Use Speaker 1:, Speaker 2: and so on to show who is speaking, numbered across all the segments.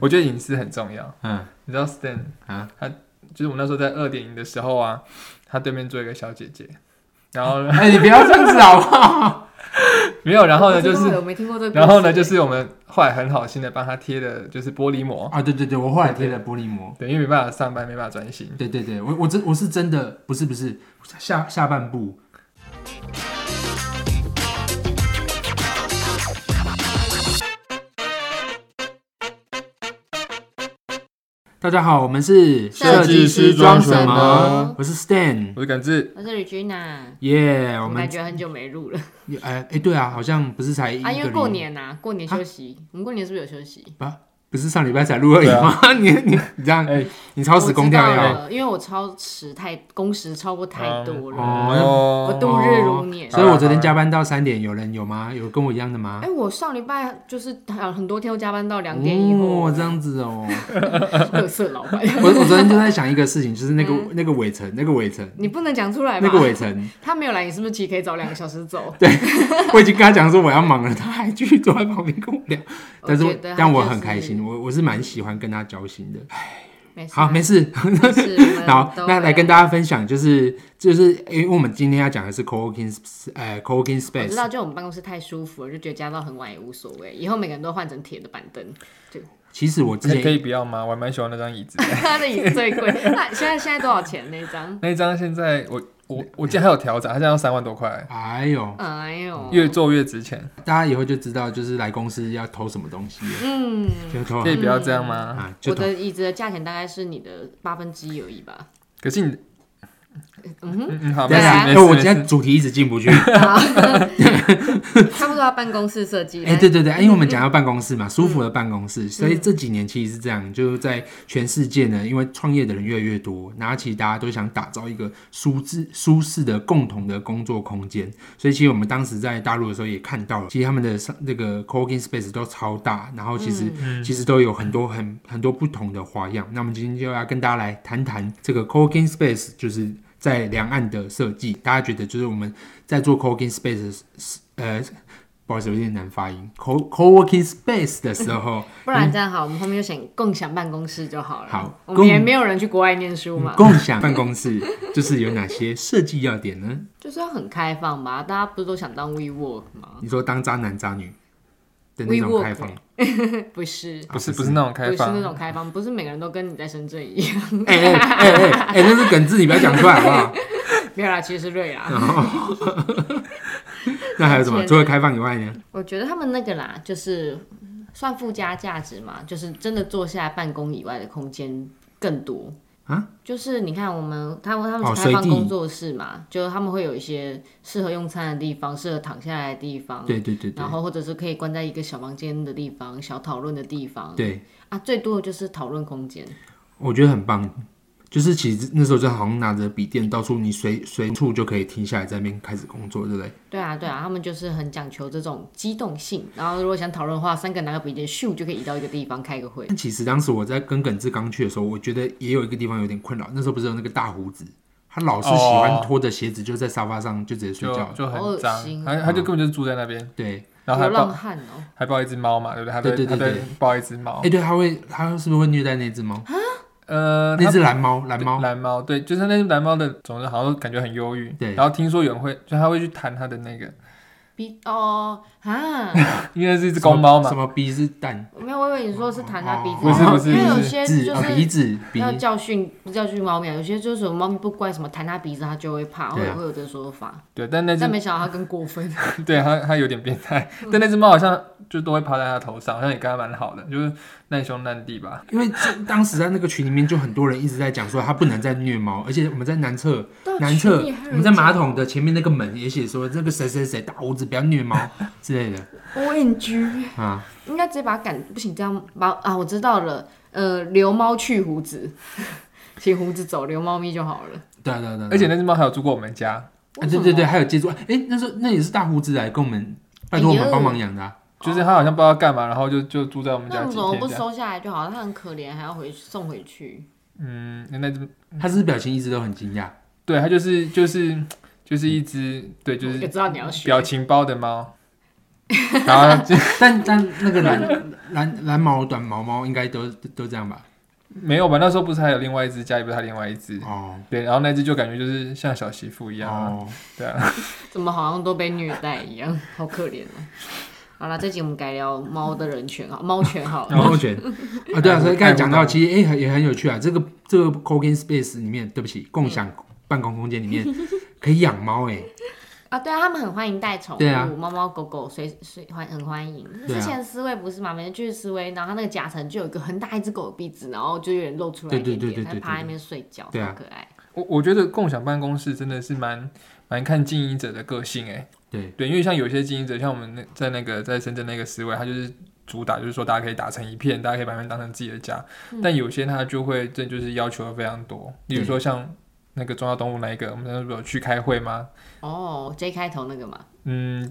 Speaker 1: 我觉得隐私很重要。
Speaker 2: 嗯
Speaker 1: 你知道 Stan
Speaker 2: 啊，
Speaker 1: 他就是我那时候在二点零的时候啊，他对面坐一个小姐姐，然后 呢
Speaker 2: 哎，你不要这样子好不好？
Speaker 1: 没有，然后呢就
Speaker 3: 我不知道
Speaker 1: 是，
Speaker 3: 我没听过这个故事，
Speaker 1: 然后呢就是我们后来很好心的帮他贴的就是玻璃膜，
Speaker 2: 啊，对对对，我后来贴了玻璃膜。
Speaker 1: 对，因为没办法上班，没办法专心。
Speaker 2: 对对对，我我真我是真的不是不是下下半部。大家好，我们是
Speaker 3: 设计
Speaker 1: 师装什
Speaker 3: 么
Speaker 2: 我是 Stan，
Speaker 1: 我就感觉
Speaker 3: 我是 Regina，
Speaker 2: 耶、我
Speaker 3: 我
Speaker 2: 们
Speaker 3: 感觉很久没录了
Speaker 2: 哎哎、对啊，好像不是才一个
Speaker 3: 啊，因
Speaker 2: 礼
Speaker 3: 为过年呐、过年休息，我们过年是不是有休息？
Speaker 2: 不是上礼拜才录而已吗？ 你你你这样，
Speaker 1: 哎
Speaker 2: 你超时工掉
Speaker 3: 我知道
Speaker 2: 呀！
Speaker 3: 了，因为我超时太工时超过太多了，
Speaker 2: 嗯
Speaker 3: 我
Speaker 1: 哦，
Speaker 3: 度日如年。
Speaker 2: 所以我昨天加班到三点，有人有吗？有跟我一样的吗
Speaker 3: 哎、？我上礼拜就是很很多天都加班到两点以后，
Speaker 2: 哦，这 样子哦。
Speaker 3: 乐色老板，
Speaker 2: 我我昨天就在想一个事情，就是那个
Speaker 3: 嗯
Speaker 2: 那个伟成，那个伟成，
Speaker 3: 你不能讲出来吧？
Speaker 2: 那个伟成，
Speaker 3: 他没有来，你是不是其实可以早两个小时走？
Speaker 2: 我已经跟他讲说我要忙了，他还继续坐在旁边跟我 聊。但是
Speaker 3: 我
Speaker 2: 我
Speaker 3: 觉得他
Speaker 2: 但我
Speaker 3: 就是
Speaker 2: 很开心，我我是蛮喜欢跟他交心的。
Speaker 3: 没事，
Speaker 2: 好，没事。
Speaker 3: 没事。
Speaker 2: 好，那来跟
Speaker 3: 家，
Speaker 2: 大家分享，就是就是因为我们今天要讲的是 co-working，sp- 呃，co-working
Speaker 3: 我知
Speaker 2: space。
Speaker 3: 道，就我们办公室太舒服了，就觉得加到很晚也无所谓。以后每个人都换成铁的板凳，
Speaker 2: 其实我之
Speaker 1: 可以可
Speaker 2: 前
Speaker 1: 以不要吗？我还蛮喜欢那张椅子，
Speaker 3: 他的椅子最贵。 那现在现在多少钱那一张？
Speaker 1: 那一张现在我我我记得还有调整，它现在要三万多块，
Speaker 2: 哎呦，
Speaker 3: 哎呦，
Speaker 1: 越做越值钱，
Speaker 2: 大家以后就知道，就是来公司要偷什么东西了，
Speaker 3: 嗯，
Speaker 2: 就偷
Speaker 1: 可以不要这样吗？
Speaker 2: 啊，就
Speaker 3: 我
Speaker 2: 偷。
Speaker 3: 的椅子的价钱大概是你的八分之一而已吧。
Speaker 1: 可是你，
Speaker 3: 嗯
Speaker 1: 嗯嗯，好，没
Speaker 2: 对啊，
Speaker 1: 事没
Speaker 2: 因为我
Speaker 1: 事
Speaker 2: 今
Speaker 1: 没
Speaker 2: 天
Speaker 1: 事，
Speaker 2: 主题一直进不去。
Speaker 3: 哼，好差不多要办公室设计。
Speaker 2: 哎，对对对，因为我们讲到办公室嘛，舒服的办公室，所以这几年其实是这样，就是在全世界呢，因为创业的人越来越多，然后其实大家都想打造一个舒适舒适的共同的工作空间，所以其实我们当时在大陆的时候也看到了，其实他们的上那个 co-working space 都超大，然后其实其实都有很多很很多不同的花样。那我们今天就要跟大家来谈谈这个 co-working space，就是在两岸的设计，大家觉得就是我们在做 co-working space 的时呃。不好意思，有点难发音。co co-working space 的时候，
Speaker 3: 不然这样好，我们后面就想共享办公室就好了。
Speaker 2: 好
Speaker 3: 我们也
Speaker 2: 共嗯
Speaker 3: 没有人去国外念书嘛，
Speaker 2: 共享办公室就是有哪些设计要点呢？
Speaker 3: 就是要很开放吧。大家不是都想当 WeWork 吗？
Speaker 2: 你说当渣男渣女的那种
Speaker 3: WeWork
Speaker 2: 开放，
Speaker 3: 不是，
Speaker 1: 不
Speaker 2: 哦
Speaker 1: 是不是那种
Speaker 3: 不
Speaker 1: 开
Speaker 3: 是
Speaker 1: 放
Speaker 3: 那，种开放，不是每个人都跟你在深圳一样。
Speaker 2: 哎哎哎哎哎，那是梗字，你不要讲出来好不好？
Speaker 3: 没有啦，其实是瑞啦。
Speaker 2: 那还有什么？
Speaker 3: 天哪
Speaker 2: 除了开放以外呢？
Speaker 3: 我觉得他们那个啦，就是算附加价值嘛，就是真的坐下来办公以外的空间更多
Speaker 2: 啊。
Speaker 3: 就是你看，我们他们他
Speaker 2: 哦
Speaker 3: 们是开放
Speaker 2: 随地
Speaker 3: 工作室嘛，就他们会有一些适合用餐的地方，适合躺下来的地方，
Speaker 2: 对对对对
Speaker 3: 然后或者是可以关在一个小房间的地方、小讨论的地方
Speaker 2: 对，
Speaker 3: 啊，最多的就是讨论空间。
Speaker 2: 我觉得很棒。就是其实那时候就好像拿着笔电到处，你随随处就可以停下来在那边开始工作，对不对？
Speaker 3: 对啊，对啊，他们就是很讲求这种机动性。然后如果想讨论的话，三个拿个笔电，咻就可以移到一个地方开个会。
Speaker 2: 但其实当时我在跟耿志刚去的时候，我觉得也有一个地方有点困扰。那时候不是有那个大胡子，他老是喜欢
Speaker 1: 哦
Speaker 2: 脱着鞋子就在沙发上就直接睡
Speaker 1: 就
Speaker 2: 觉。哦
Speaker 1: 就
Speaker 3: 好
Speaker 1: 很
Speaker 3: 恶
Speaker 1: 脏
Speaker 3: 心，
Speaker 1: 他他就根本就是住在那边，
Speaker 2: 对，
Speaker 1: 然后还
Speaker 3: 流浪
Speaker 1: 抱
Speaker 3: 汉哦、
Speaker 1: 还抱一只猫嘛，对不对？他
Speaker 2: 对
Speaker 1: 对
Speaker 2: 对
Speaker 1: 他
Speaker 2: 对
Speaker 1: 对抱一只猫
Speaker 2: 哎、，对，他会，他是不是会虐待那只猫？
Speaker 3: 啊
Speaker 1: 呃，
Speaker 2: 那
Speaker 1: 他
Speaker 2: 只蓝猫，蓝猫。
Speaker 1: 蓝猫，对，就是那只蓝猫的，总之好像感觉很忧郁。
Speaker 2: 对
Speaker 1: 然后听说有人会，就他会去弹他的那个，
Speaker 3: 比哦啊，
Speaker 1: 因为是一只公猫
Speaker 2: 什
Speaker 1: 嘛，
Speaker 2: 么鼻是蛋？
Speaker 3: 没有，我以为你说是弹啊他鼻子，
Speaker 1: 哦
Speaker 3: 哦
Speaker 1: 不是不是
Speaker 3: 因为有
Speaker 1: 不是哦
Speaker 3: 些
Speaker 2: 子
Speaker 3: 就
Speaker 2: 啊，鼻
Speaker 3: 是呃
Speaker 2: 子鼻
Speaker 3: 要教训，不是教训猫咪啊，有些就是什么猫咪不乖，什么弹它鼻子它就会怕，会
Speaker 2: 对啊
Speaker 3: 有会有这说法，
Speaker 1: 对，但那
Speaker 3: 但嗯
Speaker 1: 只
Speaker 3: 没想到它更过分，
Speaker 1: 对它它有点变态，但那只猫好像就都会趴在它头上，好像也跟它蛮好的，就是难兄难弟吧。
Speaker 2: 因为这当时在那个群里面，就很多人一直在讲说他不能再虐猫，而且我们在男厕，男厕我们在马桶的前面那个门也写说这个谁谁谁大胡子不要虐猫之类的
Speaker 3: O N G，
Speaker 2: 啊，
Speaker 3: 应该直接把它赶，不行这样把啊，我知道了，呃，留猫去胡子， 请胡子走，留猫咪就好了。
Speaker 2: 对啊对啊对啊，
Speaker 1: 而且那只猫还有住过我们家，
Speaker 2: 啊对对对，还有接触，哎、那时候那也是大胡子来跟我们拜托我们帮忙养的、啊，
Speaker 1: 就是它好像不知道干嘛，然后就就住在我们
Speaker 3: 那
Speaker 1: 家
Speaker 3: 我们
Speaker 1: 几
Speaker 3: 怎么
Speaker 1: 天
Speaker 3: 不
Speaker 1: 这样。
Speaker 3: 收下来就好了？它很可怜，还要回去送回去。
Speaker 1: 嗯，那只
Speaker 2: 他是不是表情一直都很惊讶？
Speaker 1: 对它就是就是就是一只对
Speaker 2: 哦
Speaker 1: 就
Speaker 3: 我
Speaker 1: 是
Speaker 3: 知道你要学
Speaker 1: 表情包的猫，然后它就
Speaker 2: 但但那个蓝蓝蓝毛、短毛猫应该都都这样吧？
Speaker 1: 没有吧？那时候不是还有另外一只，家里不是还有另外一只？
Speaker 2: 哦
Speaker 1: 对，然后那只就感觉就是像小媳妇一样啊，
Speaker 2: 哦，
Speaker 1: 对啊，
Speaker 3: 怎么好像都被虐待一样， 好可怜哦。好了，这集我们改聊猫的人权啊，猫权 好
Speaker 2: 然
Speaker 3: 了。
Speaker 2: 后选啊，对啊，所以刚才讲
Speaker 1: 爱
Speaker 2: 到，
Speaker 1: 护
Speaker 2: 其实哎、很也很有趣啊。这个这个 coworking space 里面，对不起，共享办公空间里面可以养猫哎，
Speaker 3: 啊，对啊，他们很欢迎带宠
Speaker 2: 对啊
Speaker 3: 物，猫猫狗狗，谁谁欢很欢迎。
Speaker 2: 对啊
Speaker 3: 之前思维不是嘛，每天去思维，然后他那个夹层就有一个很大一只狗的鼻子，然后就有点露出来
Speaker 2: 对
Speaker 3: 一
Speaker 2: 对
Speaker 3: 点
Speaker 2: 对对
Speaker 3: 点，它
Speaker 2: 对
Speaker 3: 趴在
Speaker 2: 对
Speaker 3: 那边睡觉，
Speaker 2: 对啊
Speaker 3: 超可爱。
Speaker 1: 我我觉得共享办公室真的是蛮蛮看经营者的个性哎、
Speaker 2: 对，
Speaker 1: 对，因为像有些经营者，像我们那在那个在深圳那个思维，他就是主打就是说大家可以打成一片，大家可以把它们当成自己的家。但有些他就会这就是要求非常多，例如说像那个中央东路那一个，我们那时候有去开会吗？
Speaker 3: 哦，J 开头那个嘛，
Speaker 1: 嗯。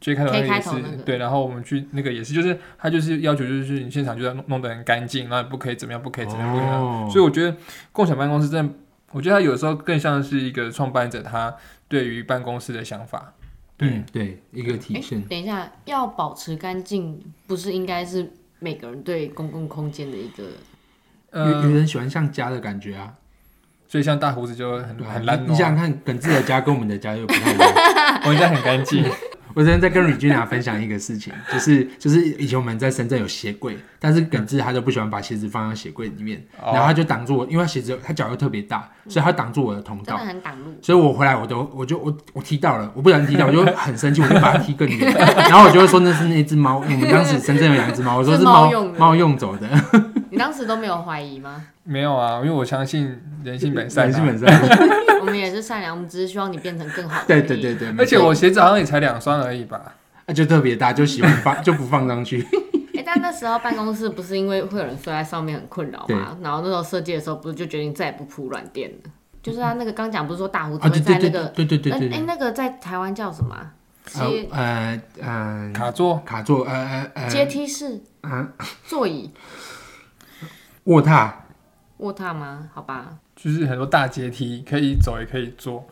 Speaker 1: 最开头
Speaker 3: K
Speaker 1: 那个
Speaker 3: 开
Speaker 1: 也
Speaker 3: 头
Speaker 1: 是、
Speaker 3: 那个
Speaker 1: 对，然后我们去那个也是，就是他就是要求就是你现场就要弄弄得很干净，然后不可以怎么样，不可以怎么样，不可以怎么样。
Speaker 2: 哦
Speaker 1: 所以我觉得共享办公室真的，我觉得他有时候更像是一个创办者他对于办公室的想法。对，
Speaker 2: 嗯对，一个体
Speaker 3: 诶
Speaker 2: 现。
Speaker 3: 等一下，要保持干净，不是应该是每个人对公共空间的一个
Speaker 2: 有
Speaker 1: 呃
Speaker 2: 有人喜欢像家的感觉啊，
Speaker 1: 所以像大胡子就很
Speaker 2: 对啊，
Speaker 1: 很
Speaker 2: 你
Speaker 1: 烂
Speaker 2: 你想想
Speaker 1: 哦，
Speaker 2: 看，耿志的家跟我们的家又不太一样。
Speaker 1: 我们家很干净，
Speaker 2: 我昨天在跟 Regina 分享一个事情， 就是就是以前我们在深圳有鞋柜，但是耿志他就不喜欢把鞋子放到鞋柜里面，
Speaker 1: 哦
Speaker 2: 然后他就挡住我，因为他鞋子他脚又特别大，所以他挡住我的通
Speaker 3: 真
Speaker 2: 道
Speaker 3: 的。很挡路。
Speaker 2: 所以我回来我都我就我我踢到了，我不小心踢到，我就很生气，我就把它踢 更远，然后我就会说那是那只猫，我们当时深圳有两只猫，我说
Speaker 3: 是
Speaker 2: 是
Speaker 3: 猫
Speaker 2: 猫
Speaker 3: 用的
Speaker 2: 猫用走的，
Speaker 3: 你当时都没有怀疑吗？
Speaker 1: 没有啊，因为我相信人性本 善、
Speaker 2: 本
Speaker 1: 啊，
Speaker 2: 性本善，
Speaker 3: 我们也是善良，我们只是希望你变成更好的。
Speaker 2: 对对对。对，没
Speaker 1: 而且
Speaker 2: 错
Speaker 1: 我鞋子好像也才两双而已吧，
Speaker 2: 啊就特别大，就喜欢放就不放上去，
Speaker 3: 哎、但那时候办公室不是因为会有人睡在上面很困扰
Speaker 2: 对
Speaker 3: 嘛？然后那时候设计的时候，不是就决定再也不铺软垫了？就是他那个刚讲不是说大胡子
Speaker 2: 啊
Speaker 3: 会
Speaker 2: 对
Speaker 3: 在
Speaker 2: 对
Speaker 3: 那
Speaker 2: 对
Speaker 3: 个，
Speaker 2: 对对对
Speaker 3: 哎、
Speaker 2: 对
Speaker 3: 哎
Speaker 2: 对，
Speaker 3: 那个在台湾叫什么啊？阶
Speaker 2: 呃呃呃
Speaker 1: 卡座
Speaker 2: 卡座呃呃呃
Speaker 3: 阶梯式
Speaker 2: 啊
Speaker 3: 座椅
Speaker 2: 卧榻。
Speaker 3: 卧榻吗？好吧，
Speaker 1: 就是很多大阶梯，可以走也可以坐，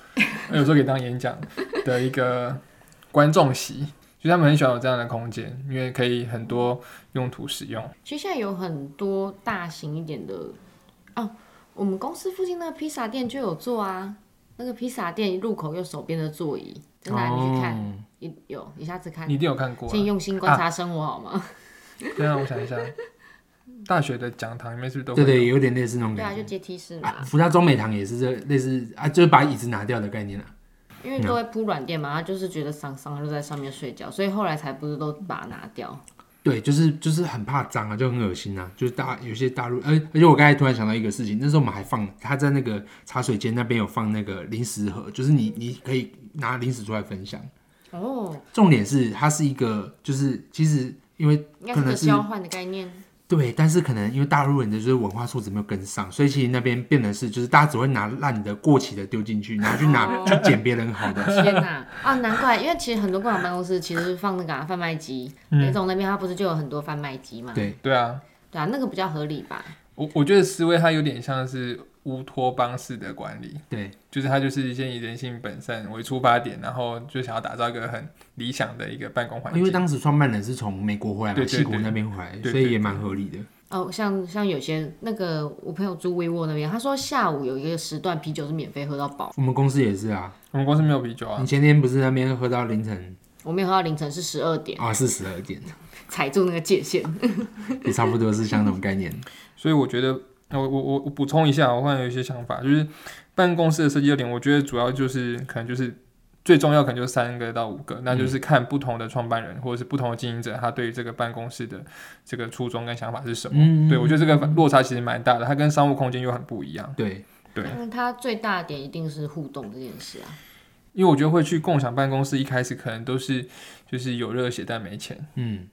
Speaker 1: 有时候可以当演讲的一个观众席，就他们很喜欢有这样的空间，因为可以很多用途使用。
Speaker 3: 其实现在有很多大型一点的啊，我们公司附近那个披萨店就有做啊，那个披萨店入口右手边的座椅，真的、啊你去看，
Speaker 2: 哦
Speaker 3: 你有你下次看
Speaker 1: 你，一定有看过啊、
Speaker 3: 嗯请你用心观察生活好吗？
Speaker 1: 对啊，我想一下，大学的讲堂里面是不是都
Speaker 2: 对
Speaker 1: 会
Speaker 2: 对，
Speaker 1: 有
Speaker 2: 有点类似
Speaker 1: 嗯
Speaker 2: 那种
Speaker 3: 对啊，
Speaker 2: 感
Speaker 3: 就
Speaker 2: 觉。
Speaker 3: 阶梯式嘛。
Speaker 2: 啊，福大中美堂也是这类似啊，就是把椅子拿掉的概念啊了、
Speaker 3: 因为都会铺软垫嘛，他就是觉得桑桑就在上面睡觉，所以后来才不是都把它拿掉。
Speaker 2: 对，就是就是很怕脏啊，就很恶心啊，就是大有些大陆，而而且我刚才突然想到一个事情，那时候我们还放他在那个茶水间那边有放那个零食盒，就是你你可以拿零食出来分享。
Speaker 3: 哦，
Speaker 2: 重点是它是一个，就是其实因为
Speaker 3: 应该
Speaker 2: 可
Speaker 3: 是个
Speaker 2: 能是
Speaker 3: 交换的概念。
Speaker 2: 对，但是可能因为大陆人的就是文化素质没有跟上，所以其实那边变得是就是大家只会拿烂的过期的丢进去，然后去 拿去捡别人好的。
Speaker 3: 天哪，啊，难怪，因为其实很多共享办公室其实是放那个啊贩、卖机，
Speaker 1: 嗯
Speaker 3: 雷总那边他不是就有很多贩卖机嘛？
Speaker 2: 对
Speaker 1: 对啊，
Speaker 3: 对啊，那个比较合理吧？
Speaker 1: 我我觉得思维它有点像是乌托邦式的管理，
Speaker 2: 对，
Speaker 1: 就是它就是一些以人性本善为出发点，然后就想要打造一个很理想的一个办公环
Speaker 2: 因为
Speaker 1: 境。
Speaker 2: 当时创办人是从美国回来嘛，
Speaker 1: 对对
Speaker 2: 西谷
Speaker 1: 对
Speaker 2: 那边回来，
Speaker 1: 对
Speaker 2: 所以也蛮合理的。
Speaker 3: 哦，像像有些那个我朋友住 vivo 那边，他说下午有一个时段啤酒是免费喝到饱，
Speaker 2: 我们公司也是啊，
Speaker 1: 我们公司没有啤酒啊
Speaker 2: 你，前天不是那边喝到凌晨
Speaker 3: 我没有喝到凌晨是十二点，
Speaker 2: 啊，是十二点，
Speaker 3: 踩住那个界限。
Speaker 2: 也差不多是相同概念。
Speaker 1: 所以我觉得，呃我我我我补充一下，我忽然有一些想法，就是办公室的设计优点，我觉得主要就是可能就是最重要，可能就三个到五个，那
Speaker 2: 嗯
Speaker 1: 就是看不同的创办人或者是不同的经营者，他对于这个办公室的这个初衷跟想法是什么。
Speaker 2: 嗯，
Speaker 1: 对我觉得这个落差其实蛮大的，它跟商务空间又很不一样。
Speaker 2: 对，
Speaker 1: 对
Speaker 3: 但是他最大的点一定是互动这件事啊。
Speaker 1: 因为我觉得会去共享办公室，一开始可能都是就是有热血但没钱，
Speaker 2: 嗯，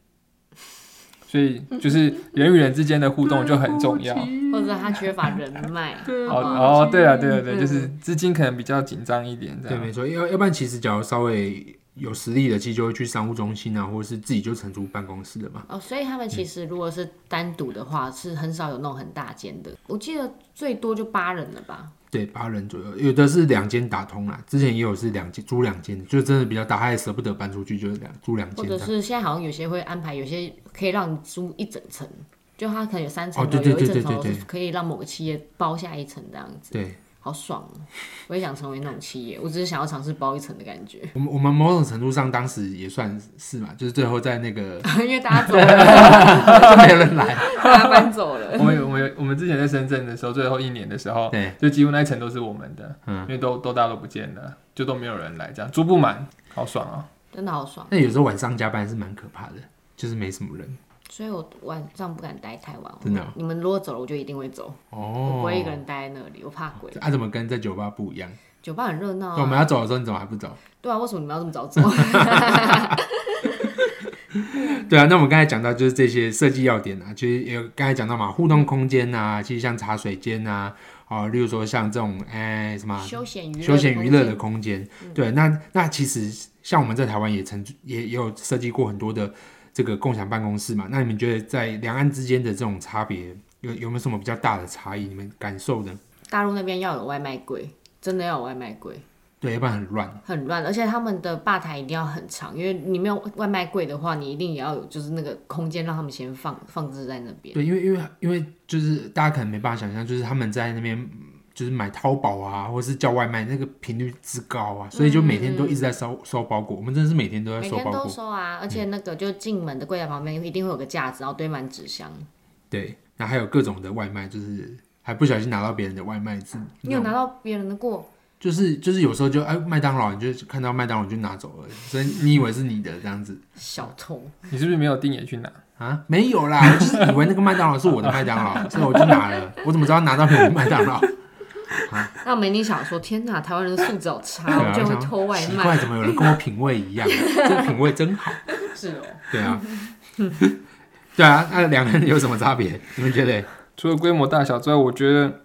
Speaker 1: 所以就是人与人之间的互动就很重要。
Speaker 2: 嗯
Speaker 3: 或者他缺乏人脉。嗯
Speaker 1: 哦哦，对了对了对，就是资金可能比较紧张一点这
Speaker 2: 嗯
Speaker 1: 啊
Speaker 2: 对，
Speaker 1: 样。
Speaker 2: 没错，要要不然其实假如稍微有实力的，其实就会去商务中心啊，或者是自己就承租办公室的嘛。
Speaker 3: 哦，所以他们其实如果是单独的话，是很少有那种很大间的。我记得最多就八人了吧？
Speaker 2: 对，八人左右，有的是两间打通啦，之前也有是两间租两间的，就真的比较大，他也舍不得搬出去，就是两租两
Speaker 3: 或
Speaker 2: 间
Speaker 3: 者
Speaker 2: 这样。
Speaker 3: 是现在好像有些会安排，有些可以让你租一整层，就它可能有三
Speaker 2: 哦
Speaker 3: 层楼，
Speaker 2: 对对
Speaker 3: 有一
Speaker 2: 对
Speaker 3: 整
Speaker 2: 对
Speaker 3: 层楼
Speaker 2: 对
Speaker 3: 是可以让某个企业包下一层这样子，
Speaker 2: 对
Speaker 3: 好爽哦！我也想成为那种企业，我只是想要尝试包一层的感 觉，
Speaker 2: 我们，我们某种程度上当时也算是嘛，就是最后在 那个
Speaker 3: 因为大家走了，
Speaker 2: 就没有人来，
Speaker 3: 大家搬走了。
Speaker 1: 我们有我们有我们之前在深圳的时候，最后一年的时候，
Speaker 2: 对，
Speaker 1: 就几乎那一层都是我们的，
Speaker 2: 嗯
Speaker 1: 因为都都大家都不见了，就都没有人来，这样租不满，好爽哦。
Speaker 3: 真的好爽，
Speaker 2: 那有时候晚上加班是蛮可怕的，就是没什么人
Speaker 3: 所以我晚上不敢待太晚。
Speaker 2: 真的哦
Speaker 3: 你们如果走了，我就一定会走，我
Speaker 2: 哦
Speaker 3: 不。会一个人待在那里，我怕鬼。
Speaker 2: 啊，怎么跟在酒吧不一样？
Speaker 3: 酒吧很热闹
Speaker 2: 对，我们
Speaker 3: 啊，
Speaker 2: 要走的时候你怎么还不走？
Speaker 3: 对啊，为什么你们要这么早走？
Speaker 2: 对啊，那我们刚才讲到就是这些设计要点啊，其实也有刚才讲到嘛，互动空间啊，其实像茶水间啊，哦，例如说像这种哎、什么
Speaker 3: 休闲娱 乐，
Speaker 2: 休闲娱乐的，空间，
Speaker 3: 嗯
Speaker 2: 对，那那其实像我们在台湾也曾也也有设计过很多的这个共享办公室嘛，那你们觉得在两岸之间的这种差别有有没有什么比较大的差异？你们感受的？
Speaker 3: 大陆那边要有外卖柜，真的要有外卖柜。
Speaker 2: 对，要不然很乱。
Speaker 3: 很乱，而且他们的吧台一定要很长，因为你没有外卖柜的话，你一定也要有就是那个空间让他们先放放置在那边。
Speaker 2: 对，因为因为因为就是大家可能没办法想象，就是他们在那边嗯就是买淘宝啊，或是叫外卖，那个频率之高啊，所以就每天都一直在收、收包裹。我们真的是每天都在
Speaker 3: 嗯每
Speaker 2: 收
Speaker 3: 天
Speaker 2: 包
Speaker 3: 都
Speaker 2: 裹。嗯
Speaker 3: 收啊，而且那个就进门的柜台旁边一定会有个架子，然后堆满纸箱。
Speaker 2: 嗯对，那还有各种的外卖，就是还不小心拿到别人的外卖是
Speaker 3: 你有拿到别人的过？
Speaker 2: 就是就是有时候就哎，麦当劳你就看到麦当劳你就拿走了，所以你以为是你的这样子
Speaker 3: 小偷，
Speaker 1: 你是不是没有定也去拿？
Speaker 2: 啊？没有啦，我就是以为那个麦当劳是我的麦当劳，所以我就拿了。我怎么知道拿到别人的麦当劳？
Speaker 3: 那我们一定想说，天哪，台湾人的素质好差，
Speaker 2: 对
Speaker 3: 我
Speaker 2: 啊
Speaker 3: 们居然
Speaker 2: 我
Speaker 3: 会
Speaker 2: 想
Speaker 3: 偷外
Speaker 2: 奇怪，
Speaker 3: 卖，
Speaker 2: 怎么有人跟我品味一样？这个品味真好。
Speaker 3: 是哦。
Speaker 2: 对啊，对啊，那两个人有什么差别？你们觉得？
Speaker 1: 除了规模大小之外，我觉得，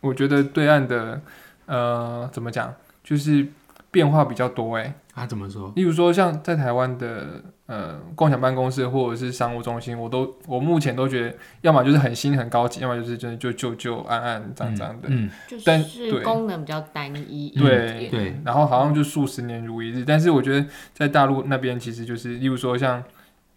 Speaker 1: 我觉得对岸的，呃，怎么讲，就是变化比较多哎。
Speaker 2: 啊，怎么说？
Speaker 1: 例如说，像在台湾的呃共享办公室或者是商务中心，我都我目前都觉得，要么就是很新很高级，要么就是真的就就就暗暗脏脏的。
Speaker 2: 嗯，
Speaker 3: 就
Speaker 1: 但
Speaker 3: 是
Speaker 1: 对嗯
Speaker 3: 功能比较单一一
Speaker 1: 对
Speaker 3: 点，
Speaker 2: 对，
Speaker 1: 然后好像就数十年如一日。但是我觉得在大陆那边，其实就是例如说像。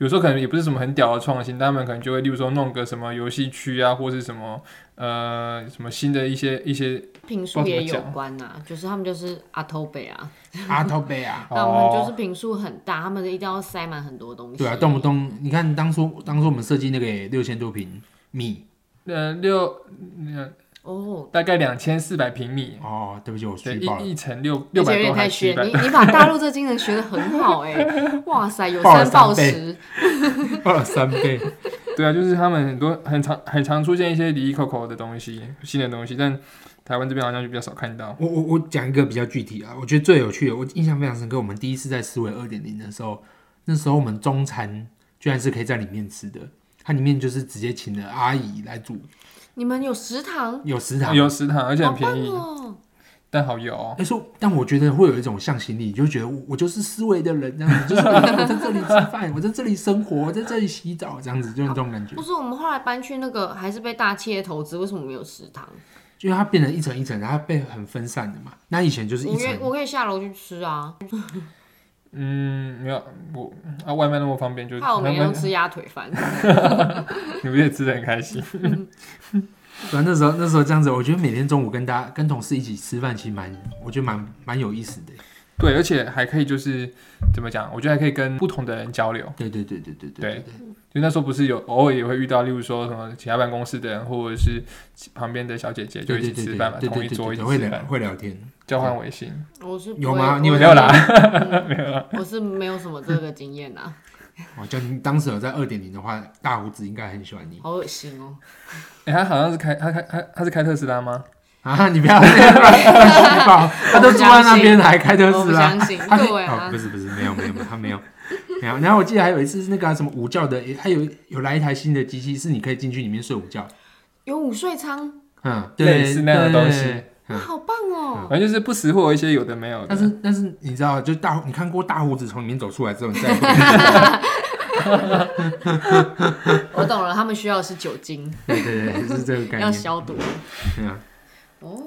Speaker 1: 有时候可能也不是什么很屌的创新，但他们可能就会，例如说弄个什么游戏区啊，或是什么呃什么新的一些一些
Speaker 3: 评
Speaker 1: 不
Speaker 3: 述
Speaker 1: 知道怎么
Speaker 3: 也有
Speaker 1: 讲
Speaker 3: 关呐、啊就是他们就是阿偷北啊，
Speaker 2: 阿托贝啊，
Speaker 3: 那我们就
Speaker 1: 哦，
Speaker 3: 是评述很大，他们一定要塞满很多东西。
Speaker 2: 对啊，动不动你看当初当初我们设计那个也六千多平米
Speaker 1: 呃六呃
Speaker 3: 哦，
Speaker 1: 大概两千四百平米，
Speaker 2: 哦，对不起，我
Speaker 1: 对
Speaker 2: 虚报了。
Speaker 1: 一一层六
Speaker 3: 而
Speaker 1: 六
Speaker 3: 且
Speaker 1: 百
Speaker 3: 有
Speaker 1: 多
Speaker 3: 点
Speaker 1: 还
Speaker 3: 太
Speaker 1: 是七
Speaker 3: 学
Speaker 1: 百
Speaker 3: 你，你把大陆这精神学的很好 哎、哇塞，有
Speaker 2: 报了
Speaker 3: 三报
Speaker 2: 三倍
Speaker 3: 十，
Speaker 2: 报了三倍，
Speaker 1: 对啊，就是他们很多很常很常出现一些离离扣扣的东西，新的东西，但台湾这边好像就比较少看到。
Speaker 2: 我我我讲一个比较具体啊，我觉得最有趣的，我印象非常深刻。我们第一次在思维二点零的时候，那时候我们中餐居然是可以在里面吃的，它里面就是直接请了阿姨来煮，
Speaker 3: 你们有食堂，
Speaker 2: 有食堂，
Speaker 1: 有食堂，而且
Speaker 3: 好
Speaker 1: 很
Speaker 3: 棒
Speaker 1: 便宜，
Speaker 3: 哦！
Speaker 1: 但好油、哦。
Speaker 2: 但是，但我觉得会有一种向心力，就觉得我我就是思维的人，这样子，就是我我在这里吃饭，我在这里生活，我在这里洗澡，这样子，就是这种感觉
Speaker 3: 不，是，我们后来搬去那个还是被大企业投资，为什么没有食堂？
Speaker 2: 因为它变成一层一层，然后它被很分散的嘛。那以前就是一
Speaker 3: 我可以
Speaker 2: 层，
Speaker 3: 我可以下楼去吃啊，
Speaker 1: 嗯，没有我啊，外卖那么方便，就
Speaker 3: 害我
Speaker 1: 外
Speaker 3: 每天
Speaker 1: 卖
Speaker 3: 都吃鸭腿饭。
Speaker 1: 你不也吃的很开 心？
Speaker 2: 对啊，那时候那时候这样子，我觉得每天中午跟大家跟同事一起吃饭，其实蛮，我觉得蛮蛮有意思的。
Speaker 1: 对，而且还可以就是怎么讲？我觉得还可以跟不同的人交流。
Speaker 2: 对对对对对对对，
Speaker 1: 就那时候不是有偶尔也会遇到，例如说什么其他办公室的人，或者是旁边的小姐姐，就
Speaker 2: 对
Speaker 1: 一起
Speaker 2: 对对
Speaker 1: 吃
Speaker 2: 对
Speaker 1: 饭嘛，
Speaker 2: 对
Speaker 1: 同
Speaker 2: 对
Speaker 1: 一
Speaker 2: 对
Speaker 1: 桌
Speaker 2: 对
Speaker 1: 一起
Speaker 2: 对，会
Speaker 1: 吃
Speaker 2: 聊
Speaker 1: 饭，
Speaker 2: 会聊天，
Speaker 1: 交换微信。
Speaker 3: 我是不
Speaker 2: 有
Speaker 3: 会
Speaker 2: 吗
Speaker 3: 我
Speaker 2: 你有
Speaker 3: 是
Speaker 1: 没有啦
Speaker 3: 嗯
Speaker 2: 啊
Speaker 3: 我是没有什么这个经验啊，
Speaker 2: 我叫你当时有在二点零的话，大胡子应该很喜欢你
Speaker 3: 好恶心哦！
Speaker 1: 哎、他好像是开他开他他是开特斯拉吗？
Speaker 2: 啊！你不要这样乱报，他都住在那边了，还开特
Speaker 3: 我
Speaker 2: 斯
Speaker 3: 不
Speaker 2: 拉。
Speaker 3: 相信，
Speaker 2: 他是
Speaker 3: 对
Speaker 2: 哦，
Speaker 3: 啊
Speaker 2: 不，是不是，没有没有没有，他没有没有。然后我记得还有一次是那个啊、什么午觉的，诶他有有来一台新的机器，是你可以进去里面睡午觉。
Speaker 3: 有午睡舱，
Speaker 2: 嗯，
Speaker 1: 类
Speaker 2: 对，
Speaker 1: 似那样的东西
Speaker 2: 对。
Speaker 3: 哇，好棒哦！
Speaker 1: 反正就是不识货一些有的没有的。
Speaker 2: 但是但是你知道，就大胡你看过大胡子从里面走出来之后，你再也不
Speaker 3: 我懂了，他们需要的是酒精，
Speaker 2: 对对对，就是这个嗯概
Speaker 3: 要
Speaker 2: 念。
Speaker 3: 消毒。
Speaker 2: 对啊，
Speaker 3: 哦，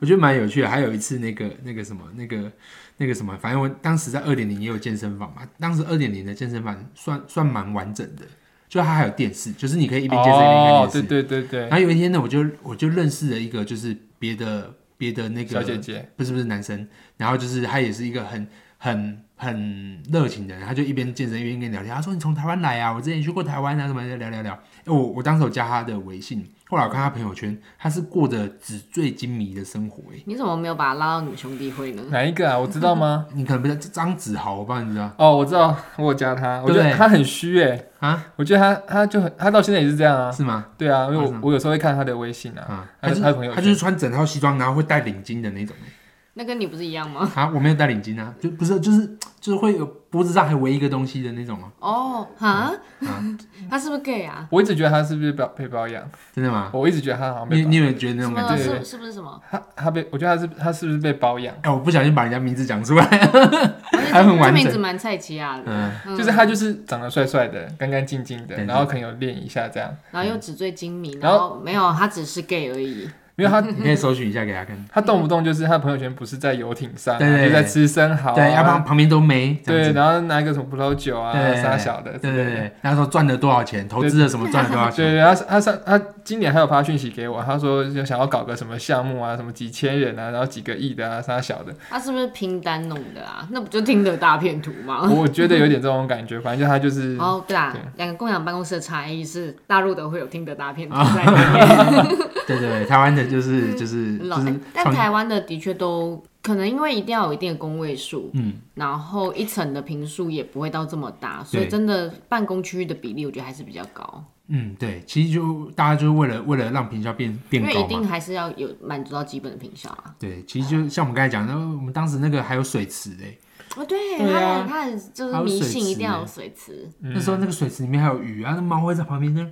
Speaker 2: 我觉得蛮有趣的。还有一次那个那个什么那个那个什么，反正我当时在二点零也有健身房嘛，当时二点零的健身房算算蛮完整的，就它还有电视，就是你可以一边健身一边看
Speaker 1: 哦
Speaker 2: 电，视。
Speaker 1: 对对对对
Speaker 2: 然，后有一天呢，我就我就认识了一个就是别的别的那个
Speaker 1: 小姐姐，
Speaker 2: 不是不是男生，然后就是他也是一个很很很热情的人，他就一边健身一边跟你聊天。他说你从台湾来啊，我之前去过台湾啊，什么的聊聊聊。哎我我当时有加他的微信，后来我看他朋友圈，他是过着纸醉金迷的生活、哎，
Speaker 3: 你怎么没有把他拉到你们兄弟会呢？
Speaker 1: 哪一个啊？我知道吗？
Speaker 2: 你可能不知道张子豪，我不知道你知道
Speaker 1: 哦，我知道，我有加他，我觉
Speaker 2: 对
Speaker 1: 得他很虚诶，
Speaker 2: 啊？
Speaker 1: 我觉得他他就很，他到现在也是这样啊。
Speaker 2: 是吗？
Speaker 1: 对啊，因为
Speaker 2: 为
Speaker 1: 我
Speaker 2: 什么
Speaker 1: 我有时候会看他的微信啊，
Speaker 2: 啊，
Speaker 1: 还有
Speaker 2: 就
Speaker 1: 还有朋友
Speaker 2: 他就是穿整套西装，然后会戴领巾的那种、哎
Speaker 3: 那跟你不是一样吗？
Speaker 2: 啊，我没有戴领巾啊，就不是就是就是会有脖子上还围一个东西的那种哦、
Speaker 3: 哦，哈，
Speaker 2: 嗯
Speaker 3: 他是不是 gay 啊？
Speaker 1: 我一直觉得他是不是被被包养？
Speaker 2: 真的吗？
Speaker 1: 我一直觉得他好像被
Speaker 2: 你
Speaker 1: 包
Speaker 2: 你有觉得那
Speaker 3: 什
Speaker 2: 种感
Speaker 3: 么
Speaker 2: 觉？
Speaker 1: 对对
Speaker 3: 是
Speaker 1: 对
Speaker 3: 是不是 什么？
Speaker 1: 他他被，我觉得他是他是不是被包养？
Speaker 2: 哎、我不小心把人家名字讲出来， 还
Speaker 3: 这
Speaker 2: 很完
Speaker 3: 名字
Speaker 2: 整。
Speaker 3: 蛮菜奇亚的，
Speaker 2: 嗯，
Speaker 3: 嗯
Speaker 1: 就是他就是长得帅帅的，干干净净的
Speaker 2: 对，对
Speaker 1: 然后可能有练一下这样，
Speaker 3: 然后又纸醉金
Speaker 2: 嗯
Speaker 3: 迷，
Speaker 1: 然
Speaker 3: 然
Speaker 1: 后
Speaker 3: 后没有，他只是 gay 而已。
Speaker 1: 因为他
Speaker 2: 你可以搜寻一下给他看。
Speaker 1: 他动不动就是他朋友圈不是在游艇上啊，
Speaker 2: 对对对
Speaker 1: 就在吃生蚝啊，
Speaker 2: 对，要不然旁边都没这
Speaker 1: 对，
Speaker 2: 样子。
Speaker 1: 然后拿一个什么葡萄酒啊
Speaker 2: 对、
Speaker 1: 啥小的
Speaker 2: 对
Speaker 1: 之
Speaker 2: 对
Speaker 1: 类的。
Speaker 2: 对，那时候赚了多少钱，投资了什么赚了多少
Speaker 1: 对，
Speaker 2: 钱。
Speaker 1: 对他他上他今年还有发讯息给我，他说就想要搞个什么项目啊，什么几千人啊，然后几个亿的啊，啥小的。
Speaker 3: 他是不是拼单弄的啊？那不就听的大片图吗？
Speaker 1: 我觉得有点这种感觉，反正就他 就是
Speaker 3: 哦，对啊
Speaker 1: 对，
Speaker 3: 两个共享办公室的差异是，大陆的会有听的大片图在里面，
Speaker 2: 对对对，台湾的就是 就是
Speaker 3: 很
Speaker 2: 就
Speaker 3: 嗯老哎
Speaker 2: 是
Speaker 3: 但
Speaker 2: 创
Speaker 3: 台湾的的确都可能因为一定要有一定的工位数，
Speaker 2: 嗯，
Speaker 3: 然后一层的平数也不会到这么大，所以
Speaker 2: 对
Speaker 3: 真的办公区域的比例，我觉得还是比较高，
Speaker 2: 嗯对，其实就大家就是为了为了让平效变
Speaker 3: 因
Speaker 2: 变
Speaker 3: 为一
Speaker 2: 高嘛
Speaker 3: 定。还是要有满足到基本的平效啊。
Speaker 2: 对，其实就像我们刚才讲的，哦我们当时那个还有水池嘞，
Speaker 3: 哦，对，
Speaker 1: 对
Speaker 3: 他
Speaker 1: 啊
Speaker 3: 很他很
Speaker 2: 还
Speaker 3: 就是
Speaker 2: 有
Speaker 3: 迷
Speaker 2: 水
Speaker 3: 信，
Speaker 2: 池
Speaker 3: 一定要
Speaker 2: 欸
Speaker 3: 有水池。
Speaker 1: 嗯
Speaker 2: 那时候那个水池里面还有鱼啊，那猫会在旁边呢。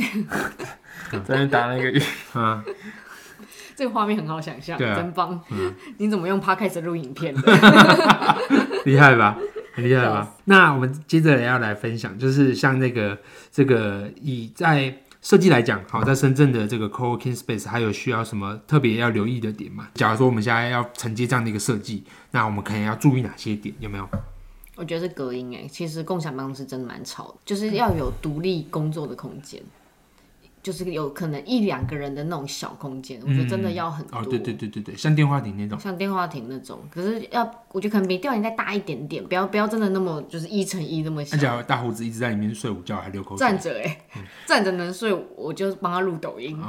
Speaker 1: 在那边打那个鱼，
Speaker 2: 啊，
Speaker 3: 这个画面很好想象，
Speaker 2: 对啊
Speaker 3: 真棒！ 你怎么用 podcast 录影片的？
Speaker 2: 厉害 吧？很厉害吧？那我们接着也要来分享，就是像那个这个以在设计来讲，好，在深圳的这个 co-working space，还有需要什么特别要留意的点吗？假如说我们现在要承接这样的一个设计，那我们可能要注意哪些点？有没有？
Speaker 3: 我觉得是隔音哎、其实共享办公室真的蛮吵的，就是要有独立工作的空间，就是有可能一两个人的那种小空间，我觉得真的要很多。
Speaker 2: 哦，对对对对对，像电话亭那种，
Speaker 3: 像电话亭那种，可是要我觉得可能比电话亭再大一点点，不要不要真的那么就是一乘一那么
Speaker 2: 那
Speaker 3: 小。
Speaker 2: 假如嗯大胡子一直在里面睡午觉，还流口水，
Speaker 3: 站着哎、站着能睡，我就帮他录抖
Speaker 2: 啊
Speaker 3: 音，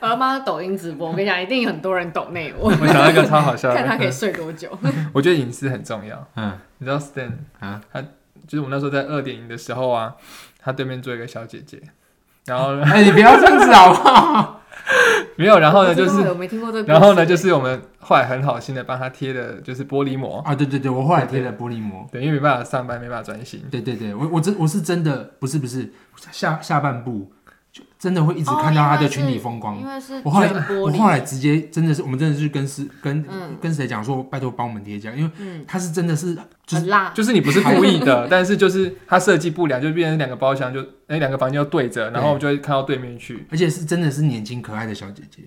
Speaker 3: 我要帮他抖音直播。我跟你讲，一定很多人抖内 我，
Speaker 1: 我想到一个超好
Speaker 2: 啊
Speaker 1: 笑
Speaker 3: 看他
Speaker 1: 的，
Speaker 3: 可以睡多久。
Speaker 1: 我觉得隐私很重要。
Speaker 2: 嗯
Speaker 1: 你知道 Stan
Speaker 2: 啊，
Speaker 1: 他就是我那时候在二点零的时候啊，他对面坐一个小姐姐，然后呢
Speaker 2: 哎，你不要这样子好不好？
Speaker 1: 没有，然后呢就
Speaker 3: 我不知
Speaker 1: 是
Speaker 3: 道我没听过这个故事欸，
Speaker 1: 然后呢，就是我们后来很好心的帮他贴的，就是玻璃膜，
Speaker 2: 啊，对对对，我后来贴了玻璃膜，
Speaker 1: 对，因为没办法上班，没办法专心。
Speaker 2: 对对对，我我真我是真的不是不是下下半部就真的会一直看到
Speaker 3: 哦
Speaker 2: 他
Speaker 3: 因为
Speaker 2: 的群体
Speaker 3: 是
Speaker 2: 风光。
Speaker 3: 因为是
Speaker 2: 我后来
Speaker 3: 全玻
Speaker 2: 我
Speaker 3: 璃
Speaker 2: 后来直接真的是我们真的是跟是跟、
Speaker 3: 嗯
Speaker 2: 跟谁讲说拜托帮我们贴这样，因为他是真的是就是
Speaker 3: 很辣，
Speaker 1: 就是你不是故意的， 但是就是他设计不良，就变成两个包厢就哎两、个房间就对着，然后我们就会看到对面去。
Speaker 2: 而且是真的是年轻可爱的小姐姐，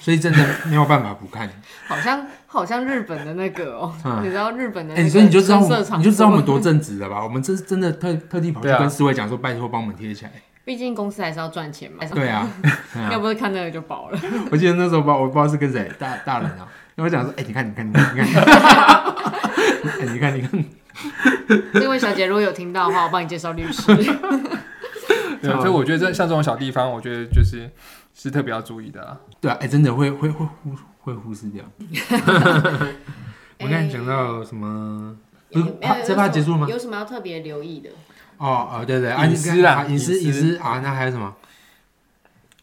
Speaker 2: 所以真的没有办法不 看。
Speaker 3: 好像好像日本的那个 哦、
Speaker 2: 嗯
Speaker 3: 你知道日本的
Speaker 2: 哎、
Speaker 3: 那个
Speaker 2: 所以你就知道我
Speaker 3: 深
Speaker 2: 们
Speaker 3: 色场
Speaker 2: 你就知道我们
Speaker 3: 所
Speaker 2: 多正直了吧？我们这是真的特特地跑去
Speaker 1: 对啊
Speaker 2: 跟思维讲说拜托帮我们贴起来。
Speaker 3: 毕竟公司还是要赚钱嘛，
Speaker 2: 对 啊，对啊
Speaker 3: 要不是看那个就饱了。
Speaker 2: 我记得那时候吧，我不知道是跟谁大大人啊，跟我讲说，哎、你看，你看，你看，你看， 哎你看，你看，
Speaker 3: 这位小姐如果有听到的话，我帮你介绍律师。
Speaker 1: 对，
Speaker 2: 嗯
Speaker 1: 所以我觉得这像这种小地方，我觉得就是是特别要注意的啦。
Speaker 2: 对啊，哎、真的会会会忽会忽视掉。
Speaker 3: 哎
Speaker 2: 我刚才讲到什么？不是
Speaker 3: 有没有
Speaker 2: 怕这怕结束吗
Speaker 3: 有什么要特别留意的？
Speaker 2: 哦哦，对对，啊，
Speaker 1: 隐
Speaker 2: 你
Speaker 1: 私啦
Speaker 2: 啊隐私
Speaker 1: 隐
Speaker 2: 隐
Speaker 1: 私
Speaker 2: 私啊，那还有什么？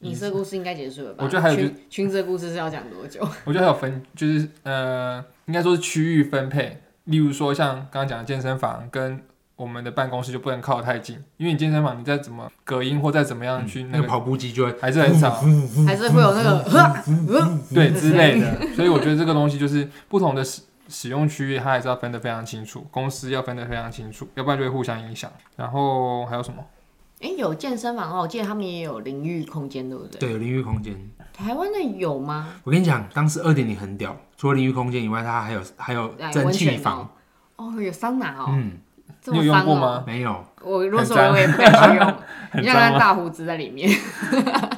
Speaker 3: 影射故事应该结束了吧？
Speaker 1: 我觉得还有就
Speaker 3: 群群这故事是要讲多久？
Speaker 1: 我觉得还有分，就是呃，应该说是区域分配，例如说像刚刚讲的健身房跟我们的办公室就不能靠太近，因为你健身房你再怎么隔音或再怎么样去那
Speaker 2: 那个
Speaker 1: 个，
Speaker 2: 跑步机就会
Speaker 1: 还是很吵，
Speaker 3: 还是会有那
Speaker 1: 嗯
Speaker 3: 个呃
Speaker 1: 对之类的。 所以我觉得这个东西就是不同的使使用区域，它还是要分得非常清楚，公司要分得非常清楚，要不然就会互相影响。然后还有什么？
Speaker 3: 哎、有健身房哦，我记得他们也有淋浴空间，对不对？
Speaker 2: 对有淋浴空间。
Speaker 3: 台湾的有吗？
Speaker 2: 我跟你讲，当时二点零很屌，除了淋浴空间以外，它还有还有
Speaker 3: 哎
Speaker 2: 蒸
Speaker 3: 温
Speaker 2: 汽
Speaker 3: 泉哦
Speaker 2: 房。
Speaker 3: 哦，有桑拿哦，
Speaker 2: 嗯，
Speaker 3: 这
Speaker 1: 你
Speaker 3: 么
Speaker 1: 有用
Speaker 3: 脏
Speaker 1: 过
Speaker 3: 哦。
Speaker 1: 吗？
Speaker 2: 没有，
Speaker 3: 我如果是
Speaker 1: 很脏
Speaker 3: 我，我也不敢去用。
Speaker 1: 很
Speaker 3: 你让他
Speaker 1: 脏吗？
Speaker 3: 大胡子在里面，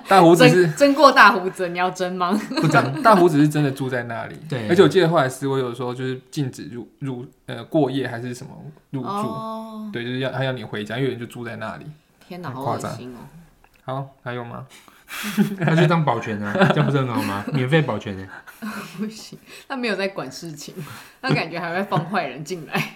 Speaker 1: 大胡子 是
Speaker 3: 蒸蒸过大胡子，你要蒸吗？
Speaker 1: 不长，大胡子是真的住在那里。
Speaker 2: 对
Speaker 1: 而且我记得后来思维有说，就是禁止入入呃过夜还是什么入住，
Speaker 3: 哦，
Speaker 1: 对，就是要他要你回家，因为有人就住在那里。
Speaker 3: 天哪，
Speaker 1: 很
Speaker 3: 好
Speaker 1: 夸
Speaker 3: 恶
Speaker 1: 张
Speaker 3: 心哦！
Speaker 1: 好，还有吗？
Speaker 2: 他就当保全啊，这样不是很好吗？免费保全呢、欸
Speaker 3: 不行，他没有在管事情，他感觉还会放坏人进来。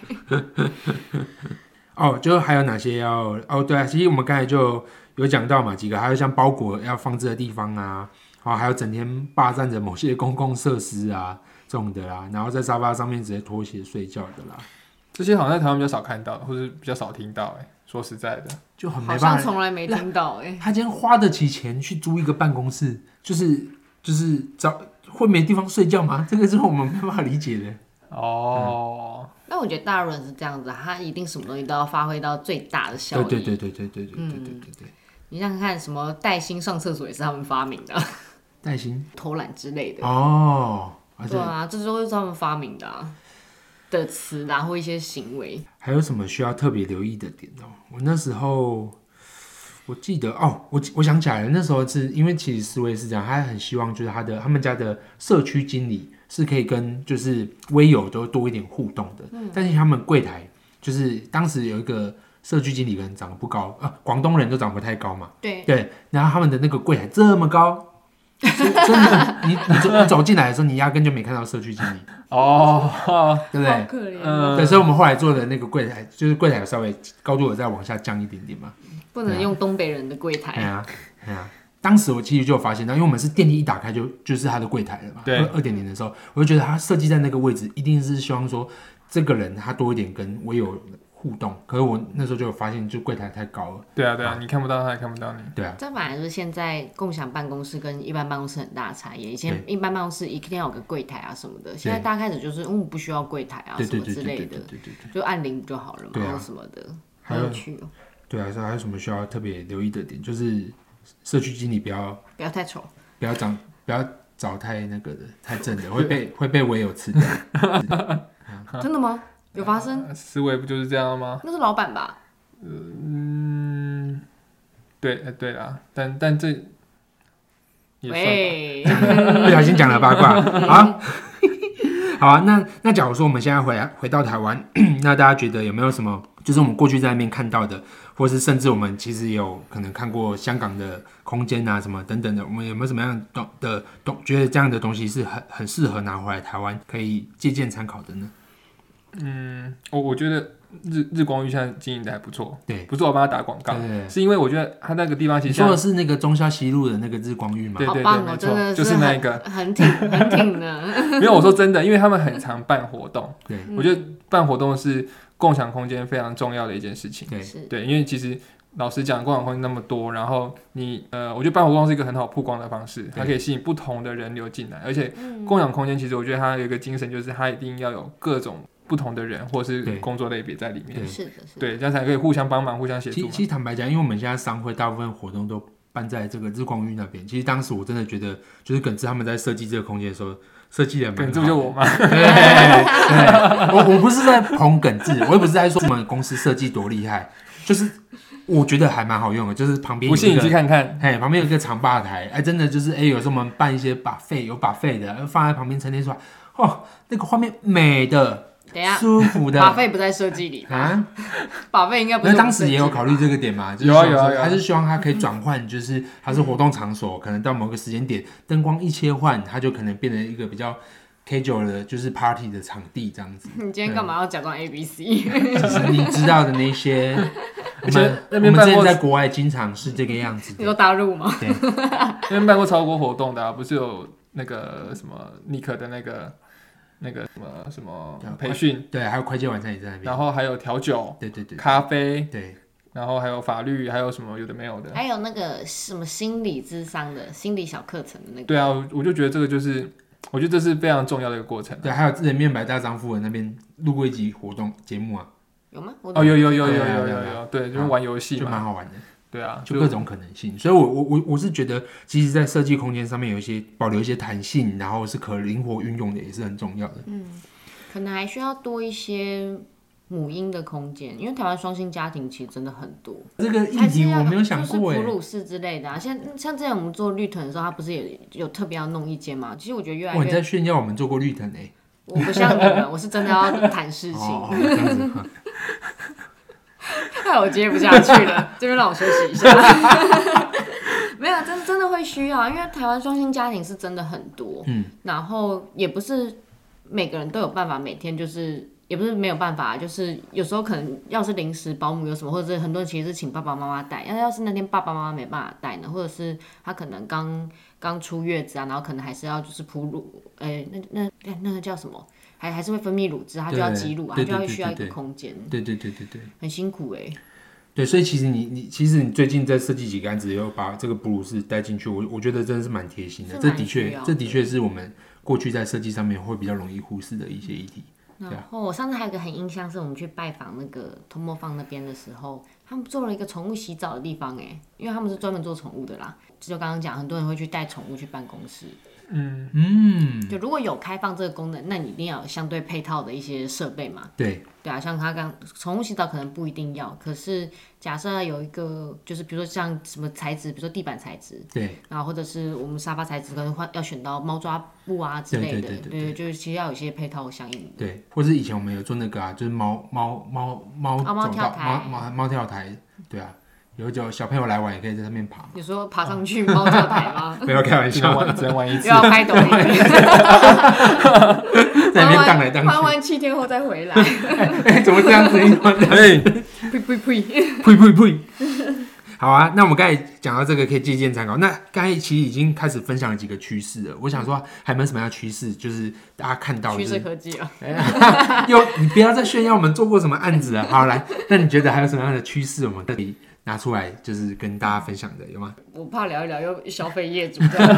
Speaker 2: 哦，就还有哪些要？哦，对啊，其实我们刚才就有讲到嘛，几个还有像包裹要放置的地方啊，哦，还有整天霸占着某些公共设施啊这种的啦，然后在沙发上面直接脱鞋睡觉的啦，
Speaker 1: 这些好像在台湾比较少看到，或者比较少听到、欸。哎，说实在的，
Speaker 2: 就很没
Speaker 3: 好
Speaker 2: 办
Speaker 3: 像
Speaker 2: 法。
Speaker 3: 从来没听到哎、
Speaker 2: 他今天花得起钱去租一个办公室，就是就是找会没地方睡觉吗？这个是我们没办法理解的。
Speaker 1: 哦，
Speaker 3: 那我觉得大陆人是这样子啊，他一定什么东西都要发挥到最大的效
Speaker 2: 对
Speaker 3: 益。
Speaker 2: 对对对对对对对对对对，
Speaker 3: 你想想看，什么带薪上厕所也是他们发明的，啊
Speaker 2: 带薪
Speaker 3: 偷懒之类的。
Speaker 2: 哦，而且
Speaker 3: 对啊，这都是他们发明的、啊、的词啊，或一些行为。
Speaker 2: 还有什么需要特别留意的点哦？我那时候我记得哦，我我想起来了，那时候是因为其实思维是这样，他很希望就是他的他们家的社区经理是可以跟就是微友都多一点互动的，但是他们柜台就是当时有一个社区经理可能长得不高啊，广东人都长不太高嘛。
Speaker 3: 对，
Speaker 2: 对，然后他们的那个柜台这么高，真真的，你你走你走进来的时候，你压根就没看到社区经理，
Speaker 1: 嗯哦，
Speaker 2: 对不对？
Speaker 3: 可怜
Speaker 1: 嗯
Speaker 2: 对，所以我们后来做的那个柜台，就是柜台有稍微高度有再往下降一点点嘛。
Speaker 3: 不能用东北人的柜
Speaker 2: 哎
Speaker 3: 台。
Speaker 2: 呀，哎呀，当时我其实就有发现到，因为我们是电梯一打开就就是它的柜台了嘛。
Speaker 1: 对
Speaker 2: 二点零的时候，我就觉得它设计在那个位置，一定是希望说这个人他多一点跟我有互动。可是我那时候就有发现，就柜台太高了。
Speaker 1: 对啊，对啊，你看不到他，也看不到你。
Speaker 2: 对啊，
Speaker 3: 这本来就是现在共享办公室跟一般办公室很大的差异。以前一般办公室一定要有个柜台啊什么的，现在大家开始就是嗯不需要柜台啊
Speaker 2: 对
Speaker 3: 什
Speaker 2: 对
Speaker 3: 么
Speaker 2: 对
Speaker 3: 之
Speaker 2: 对
Speaker 3: 类
Speaker 2: 对对
Speaker 3: 的
Speaker 2: 对，对对。
Speaker 3: 就按铃就好了嘛，
Speaker 2: 对啊
Speaker 3: 或什么的，
Speaker 2: 还
Speaker 3: 好
Speaker 2: 有
Speaker 3: 有趣哦，
Speaker 2: 对啊，所以还有什么需要特别留意的点？就是社区经理不要
Speaker 3: 不要太丑。
Speaker 2: 不要长不要找太那个的太正的，会被会被唯有吃掉。
Speaker 3: 真的吗？有发生？
Speaker 1: 呃思维不就是这样
Speaker 2: 啊
Speaker 1: 吗？
Speaker 3: 那是老板吧？
Speaker 1: 嗯，对，呃对啦，但但这也算吧。
Speaker 3: 喂，
Speaker 2: 不小心讲了八卦好，好啊，那那假如说我们现在回来回到台湾，那大家觉得有没有什么，就是我们过去在那边看到的，或是甚至我们其实也有可能看过香港的空间啊什么等等的，我们有没有什么样的东的东，觉得这样的东西是很很适合拿回来台湾可以借鉴参考的呢？
Speaker 1: 嗯，我我觉得日日光浴现在经营的还不错，
Speaker 2: 对
Speaker 1: 不是我帮他打广告，
Speaker 2: 对
Speaker 1: 是因为我觉得他那个地方其
Speaker 2: 你
Speaker 1: 实
Speaker 2: 说
Speaker 1: 像
Speaker 2: 的是那个中消西路的那个日光浴吗？
Speaker 1: 对
Speaker 3: 好
Speaker 1: 对对，
Speaker 3: 棒哦，
Speaker 1: 没
Speaker 3: 真
Speaker 1: 错，
Speaker 3: 的
Speaker 1: 就是那一个。
Speaker 3: 很很挺很 挺的。
Speaker 1: 没有，我说真的，因为他们很常办活动，
Speaker 2: 对
Speaker 1: 我觉得
Speaker 3: 嗯
Speaker 1: 办活动是共享空间非常重要的一件事情。
Speaker 2: 对
Speaker 3: 是
Speaker 1: 对，因为其实老实讲，共享空间那么多，然后你呃，我觉得办活动是一个很好曝光的方式，它可以吸引不同的人流进来，而且共享空间其实我觉得它有一个精神，就是它一定要有各种不同的人或是
Speaker 2: 对
Speaker 1: 工作类别在里面
Speaker 2: 对，
Speaker 3: 是的，是的。
Speaker 1: 对，这样才可以互相帮忙、互相协
Speaker 2: 其
Speaker 1: 助嘛。
Speaker 2: 其实坦白讲，因为我们现在商会大部分活动都办在这个日光浴那边。其实当时我真的觉得，就是耿直他们在设计这个空间的时候，设计的蛮
Speaker 1: 对，
Speaker 2: 好
Speaker 1: 这不就我吗？
Speaker 2: 对，对我我不是在捧耿直，我也不是在说我们公司设计多厉害，就是我觉得还蛮好用的，就是旁边
Speaker 1: 不信
Speaker 2: 有一
Speaker 1: 你去
Speaker 2: 个。
Speaker 1: 看看。
Speaker 2: 哎，旁边有一个长吧台，哎，真的就是哎，有时候我们办一些把费有把费的，放在旁边陈列出来，哦，那个画面美的，
Speaker 3: 等一下，
Speaker 2: 舒服的
Speaker 3: 把费不在设计里，
Speaker 2: 啊，
Speaker 3: 把费应该不
Speaker 2: 那
Speaker 3: 是。。
Speaker 2: 当时也有考虑这个点嘛，就是
Speaker 1: 有啊
Speaker 2: 希望说
Speaker 1: 有啊有啊
Speaker 2: 他是希望它可以转换，就是它是活动场所，可能到某个时间点，灯光一切换，它就可能变成一个比较 casual 的，就是 party 的场地这样子
Speaker 3: 你今天干嘛要假装 A B C？
Speaker 2: 就是你知道的那些，我
Speaker 1: 而且
Speaker 2: 们我
Speaker 1: 那
Speaker 2: 们
Speaker 1: 边
Speaker 2: 之
Speaker 1: 办
Speaker 2: 前
Speaker 1: 过
Speaker 2: 在国外经常是这个样子
Speaker 3: 你
Speaker 2: 的。
Speaker 3: 说大陆吗？
Speaker 1: 因为办过超多活动的、啊，不是有那个什么尼克的那个那个什么什么
Speaker 2: 啊
Speaker 1: 培训，
Speaker 2: 对，还有快捷晚餐也在那边。
Speaker 1: 然后还有调酒、
Speaker 2: 对对对
Speaker 1: 咖啡，
Speaker 2: 对，
Speaker 1: 然后还有法律，还有什么有的没
Speaker 2: 啊
Speaker 1: 有的。
Speaker 3: 还有那个什么心理智商的心理小课程的那个，
Speaker 1: 对啊，我我就觉得这个就是，我觉得这是非常重要的一个过程。啊
Speaker 2: 对，还啊有人面百大丈夫人那边录过一集活动节目啊，
Speaker 3: 有吗？我
Speaker 1: 哦，有有有有
Speaker 2: 对啊
Speaker 1: 有
Speaker 2: 对
Speaker 1: 有
Speaker 2: 啊
Speaker 1: 有，对，就是玩游戏
Speaker 2: 就
Speaker 1: 嘛，
Speaker 2: 蛮好玩的。
Speaker 1: 对啊，
Speaker 2: 就各种可能性。所以我，我我我是觉得，其实，在设计空间上面有一些保留一些弹性，然后是可灵活运用的，也是很重要的。
Speaker 3: 嗯可能还需要多一些母婴的空间，因为台湾双薪家庭其实真的很多。
Speaker 2: 这个议
Speaker 3: 还是
Speaker 2: 题
Speaker 3: 要
Speaker 2: 我没有想过
Speaker 3: 就
Speaker 2: 哎、
Speaker 3: 是哺乳室之类的啊。像像之前我们做绿藤的时候，他不是也有特别要弄一间嘛？其实我觉得越来
Speaker 2: 哇，你
Speaker 3: 越，
Speaker 2: 在炫耀我们做过绿藤哎、
Speaker 3: 我不像你们，我是真的要谈事情，
Speaker 2: 哦，哦这样 子，
Speaker 3: 害我接不下去 了。这边让我休息一下。 没有，真真的会需要，因为台湾双薪家庭是真的很多，
Speaker 2: 嗯，
Speaker 3: 然后也不是每个人都有办法每天就是。也不是没有办法，就是有时候可能要是临时保姆有什么，或者是很多人其实是请爸爸妈妈带。那要是那天爸爸妈妈没办法带呢，或者是他可能刚刚出月子啊，然后可能还是要就是哺乳，哎、那那那那个叫什么？还还是会分泌乳汁，他就要
Speaker 2: 对
Speaker 3: 挤乳啊，他
Speaker 2: 对
Speaker 3: 就要
Speaker 2: 对对
Speaker 3: 需要一
Speaker 2: 对对
Speaker 3: 个空间，
Speaker 2: 对对对对对
Speaker 3: 很辛苦哎、
Speaker 2: 对，所以其实你你其实你最近在设计几个案子，有把这个哺乳室带进去，我我觉得真的是蛮贴心的。
Speaker 3: 是
Speaker 2: 这
Speaker 3: 蛮
Speaker 2: 的
Speaker 3: 需
Speaker 2: 确
Speaker 3: 要，的
Speaker 2: 这的确是我们过去在设计上面会比较容易忽视的一些议题。对啊
Speaker 3: 然后我上次还有一个很印象，是我们去拜访那个通莫放那边的时候，他们做了一个宠物洗澡的地方，哎，因为他们是专门做宠物的啦。就刚刚讲，很多人会去带宠物去办公室，
Speaker 1: 嗯，
Speaker 3: 就如果有开放这个功能，那你一定要有相对配套的一些设备嘛。
Speaker 2: 对，
Speaker 3: 对啊，像他刚宠物洗澡可能不一定要，可是假设有一个，就是比如说像什么材质，比如说地板材质，
Speaker 2: 对，
Speaker 3: 然后或者是我们沙发材质，可能换要选到猫抓布啊之类的，
Speaker 2: 对对对对
Speaker 3: 就是其实要有一些配套相应。
Speaker 2: 对，或是以前我们有做那个啊，就是猫猫猫猫
Speaker 3: 啊猫
Speaker 2: 走
Speaker 3: 跳
Speaker 2: 道
Speaker 3: 台
Speaker 2: 猫猫猫跳台，对啊，有叫小朋友来玩也可以在上面爬，
Speaker 3: 有时候爬上去猫跳台吗？
Speaker 2: 不要开玩
Speaker 1: 只能
Speaker 2: 笑，
Speaker 1: 玩只能玩一
Speaker 3: 又
Speaker 1: 次。
Speaker 3: 要拍抖音，
Speaker 2: 在那边荡来荡
Speaker 3: 玩
Speaker 2: 去，
Speaker 3: 完七天后再回 来，
Speaker 2: 哎，怎么这 样子？你怎么这样
Speaker 1: 哎，
Speaker 3: 呸呸呸！
Speaker 2: 呸呸呸！好啊，那我们刚才讲到这个可以借鉴参考。那刚才其实已经开始分享了几个趋势了，我想说还有没有什么样的趋势，就是大家看到
Speaker 3: 趋
Speaker 2: 就
Speaker 3: 势
Speaker 2: 是
Speaker 3: 科技啊，
Speaker 2: 又你不要再炫耀我们做过什么案子了。好，来，那你觉得还有什么样的趋势我们可以拿出来，就是跟大家分享的，有吗？
Speaker 3: 我怕聊一聊又消费业主这样。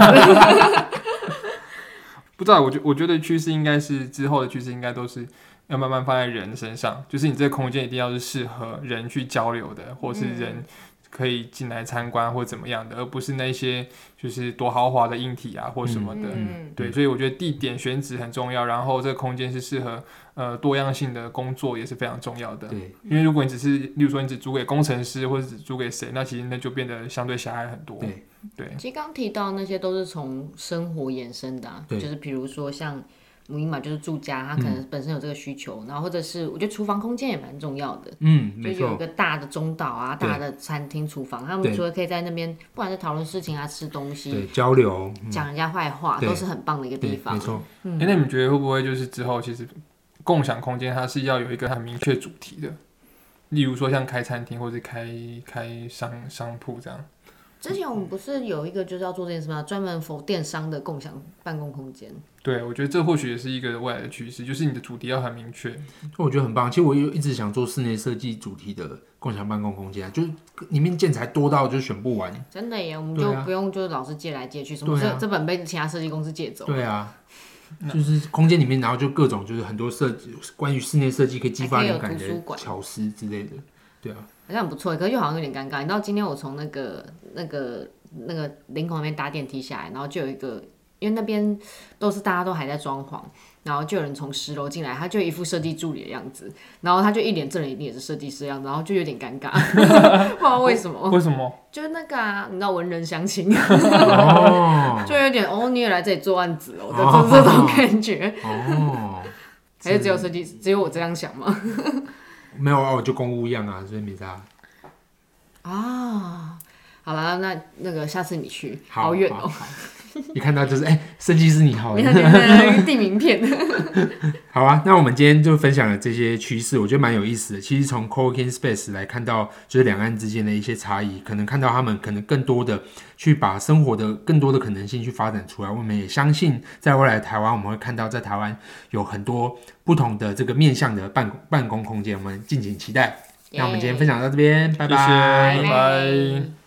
Speaker 1: 不知道，我觉我觉得趋势应该是之后的趋势应该都是要慢慢放在人身上，就是你这个空间一定要是适合人去交流的，或是
Speaker 2: 嗯
Speaker 1: 人可以进来参观或怎么样的，而不是那些就是多豪华的硬体啊或什么的。
Speaker 3: 嗯，
Speaker 1: 对，所以我觉得地点选址很重要，然后这个空间是适合呃多样性的工作也是非常重要的。
Speaker 2: 对，
Speaker 1: 因为如果你只是，例如说你只租给工程师或者只租给谁，那其实那就变得相对狭隘很多。
Speaker 2: 对
Speaker 1: 对
Speaker 3: 其实刚提到那些都是从生活衍生的、啊，
Speaker 2: 对
Speaker 3: 就是比如说像母婴嘛，就是住家，他可能本身有这个需求，然后或者是我觉得厨房空间也蛮重要的。
Speaker 2: 嗯，
Speaker 3: 就
Speaker 2: 没
Speaker 3: 有一
Speaker 2: 错，
Speaker 3: 个大的中岛啊，
Speaker 2: 对
Speaker 3: 大的餐厅、厨房，他
Speaker 2: 对
Speaker 3: 们除了可以在那边，不管是讨论事情啊、吃东西、
Speaker 2: 对，交流，
Speaker 3: 讲人家坏话，
Speaker 2: 对
Speaker 3: 都是很棒的一个
Speaker 2: 对
Speaker 3: 地，方
Speaker 2: 没。错，
Speaker 1: 哎、那你们觉得会不会就是之后其实共享空间它是要有一个很明确主题的？例如说像开餐厅或者开开商商铺这样，
Speaker 3: 之前我们不是有一个就是要做这件事吗？专门否电商的共享办公空间，
Speaker 1: 对我觉得这或许也是一个未来的趋势，就是你的主题要很明确。
Speaker 2: 我觉得很棒。其实我有一直想做室内设计主题的共享办公空间啊，就是里面建材多到就选不完。
Speaker 3: 真的耶，我们就
Speaker 2: 对啊
Speaker 3: 不用就是老是借来借去，什么
Speaker 2: 对
Speaker 3: 这、
Speaker 2: 啊
Speaker 3: 这本被其他设计公司借走，
Speaker 2: 对啊，就是空间里面，然后就各种就是很多设计，关于室内设计可以激发灵感
Speaker 3: 还可以有图书
Speaker 2: 的
Speaker 3: 馆
Speaker 2: 巧思之类 的。对啊，
Speaker 3: 好像很不错耶，可是又好像有点尴尬。你知道今天我从那个那个那个林口那边搭电梯下来，然后就有一个，因为那边都是大家都还在装潢，然后就有人从十楼进来，他就一副设计助理的样子，然后他就一脸证人一定也是设计师的样子，然后就有点尴尬，不 知道为什么，
Speaker 1: 为什么？
Speaker 3: 就是那个啊，你知道文人相亲。
Speaker 2: 哦
Speaker 3: 就有点哦，你也来这里做案子
Speaker 2: 哦
Speaker 3: 哦的这这种感觉，
Speaker 2: 哦，
Speaker 3: 还是只有设计，只有我这样想吗？
Speaker 2: 没有啊，我就公务一样啊，所以没啥。
Speaker 3: 啊，好啦，那那个下次你去，
Speaker 2: 好
Speaker 3: 远
Speaker 2: 好
Speaker 3: 哦，
Speaker 2: 一看到就是哎、设计师你好
Speaker 3: 没，有没有 没有递名片，
Speaker 2: 好啊，那我们今天就分享了这些趋势，我觉得蛮有意思的。其实从 co-working space 来看到，就是两岸之间的一些差异，可能看到他们可能更多的去把生活的更多的可能性去发展出来。我们也相信，在未来台湾，我们会看到在台湾有很多不同的这个面向的办办公空间，我们敬请期待。那我们今天分享到这边，拜
Speaker 1: 谢谢
Speaker 2: 拜。
Speaker 1: 拜拜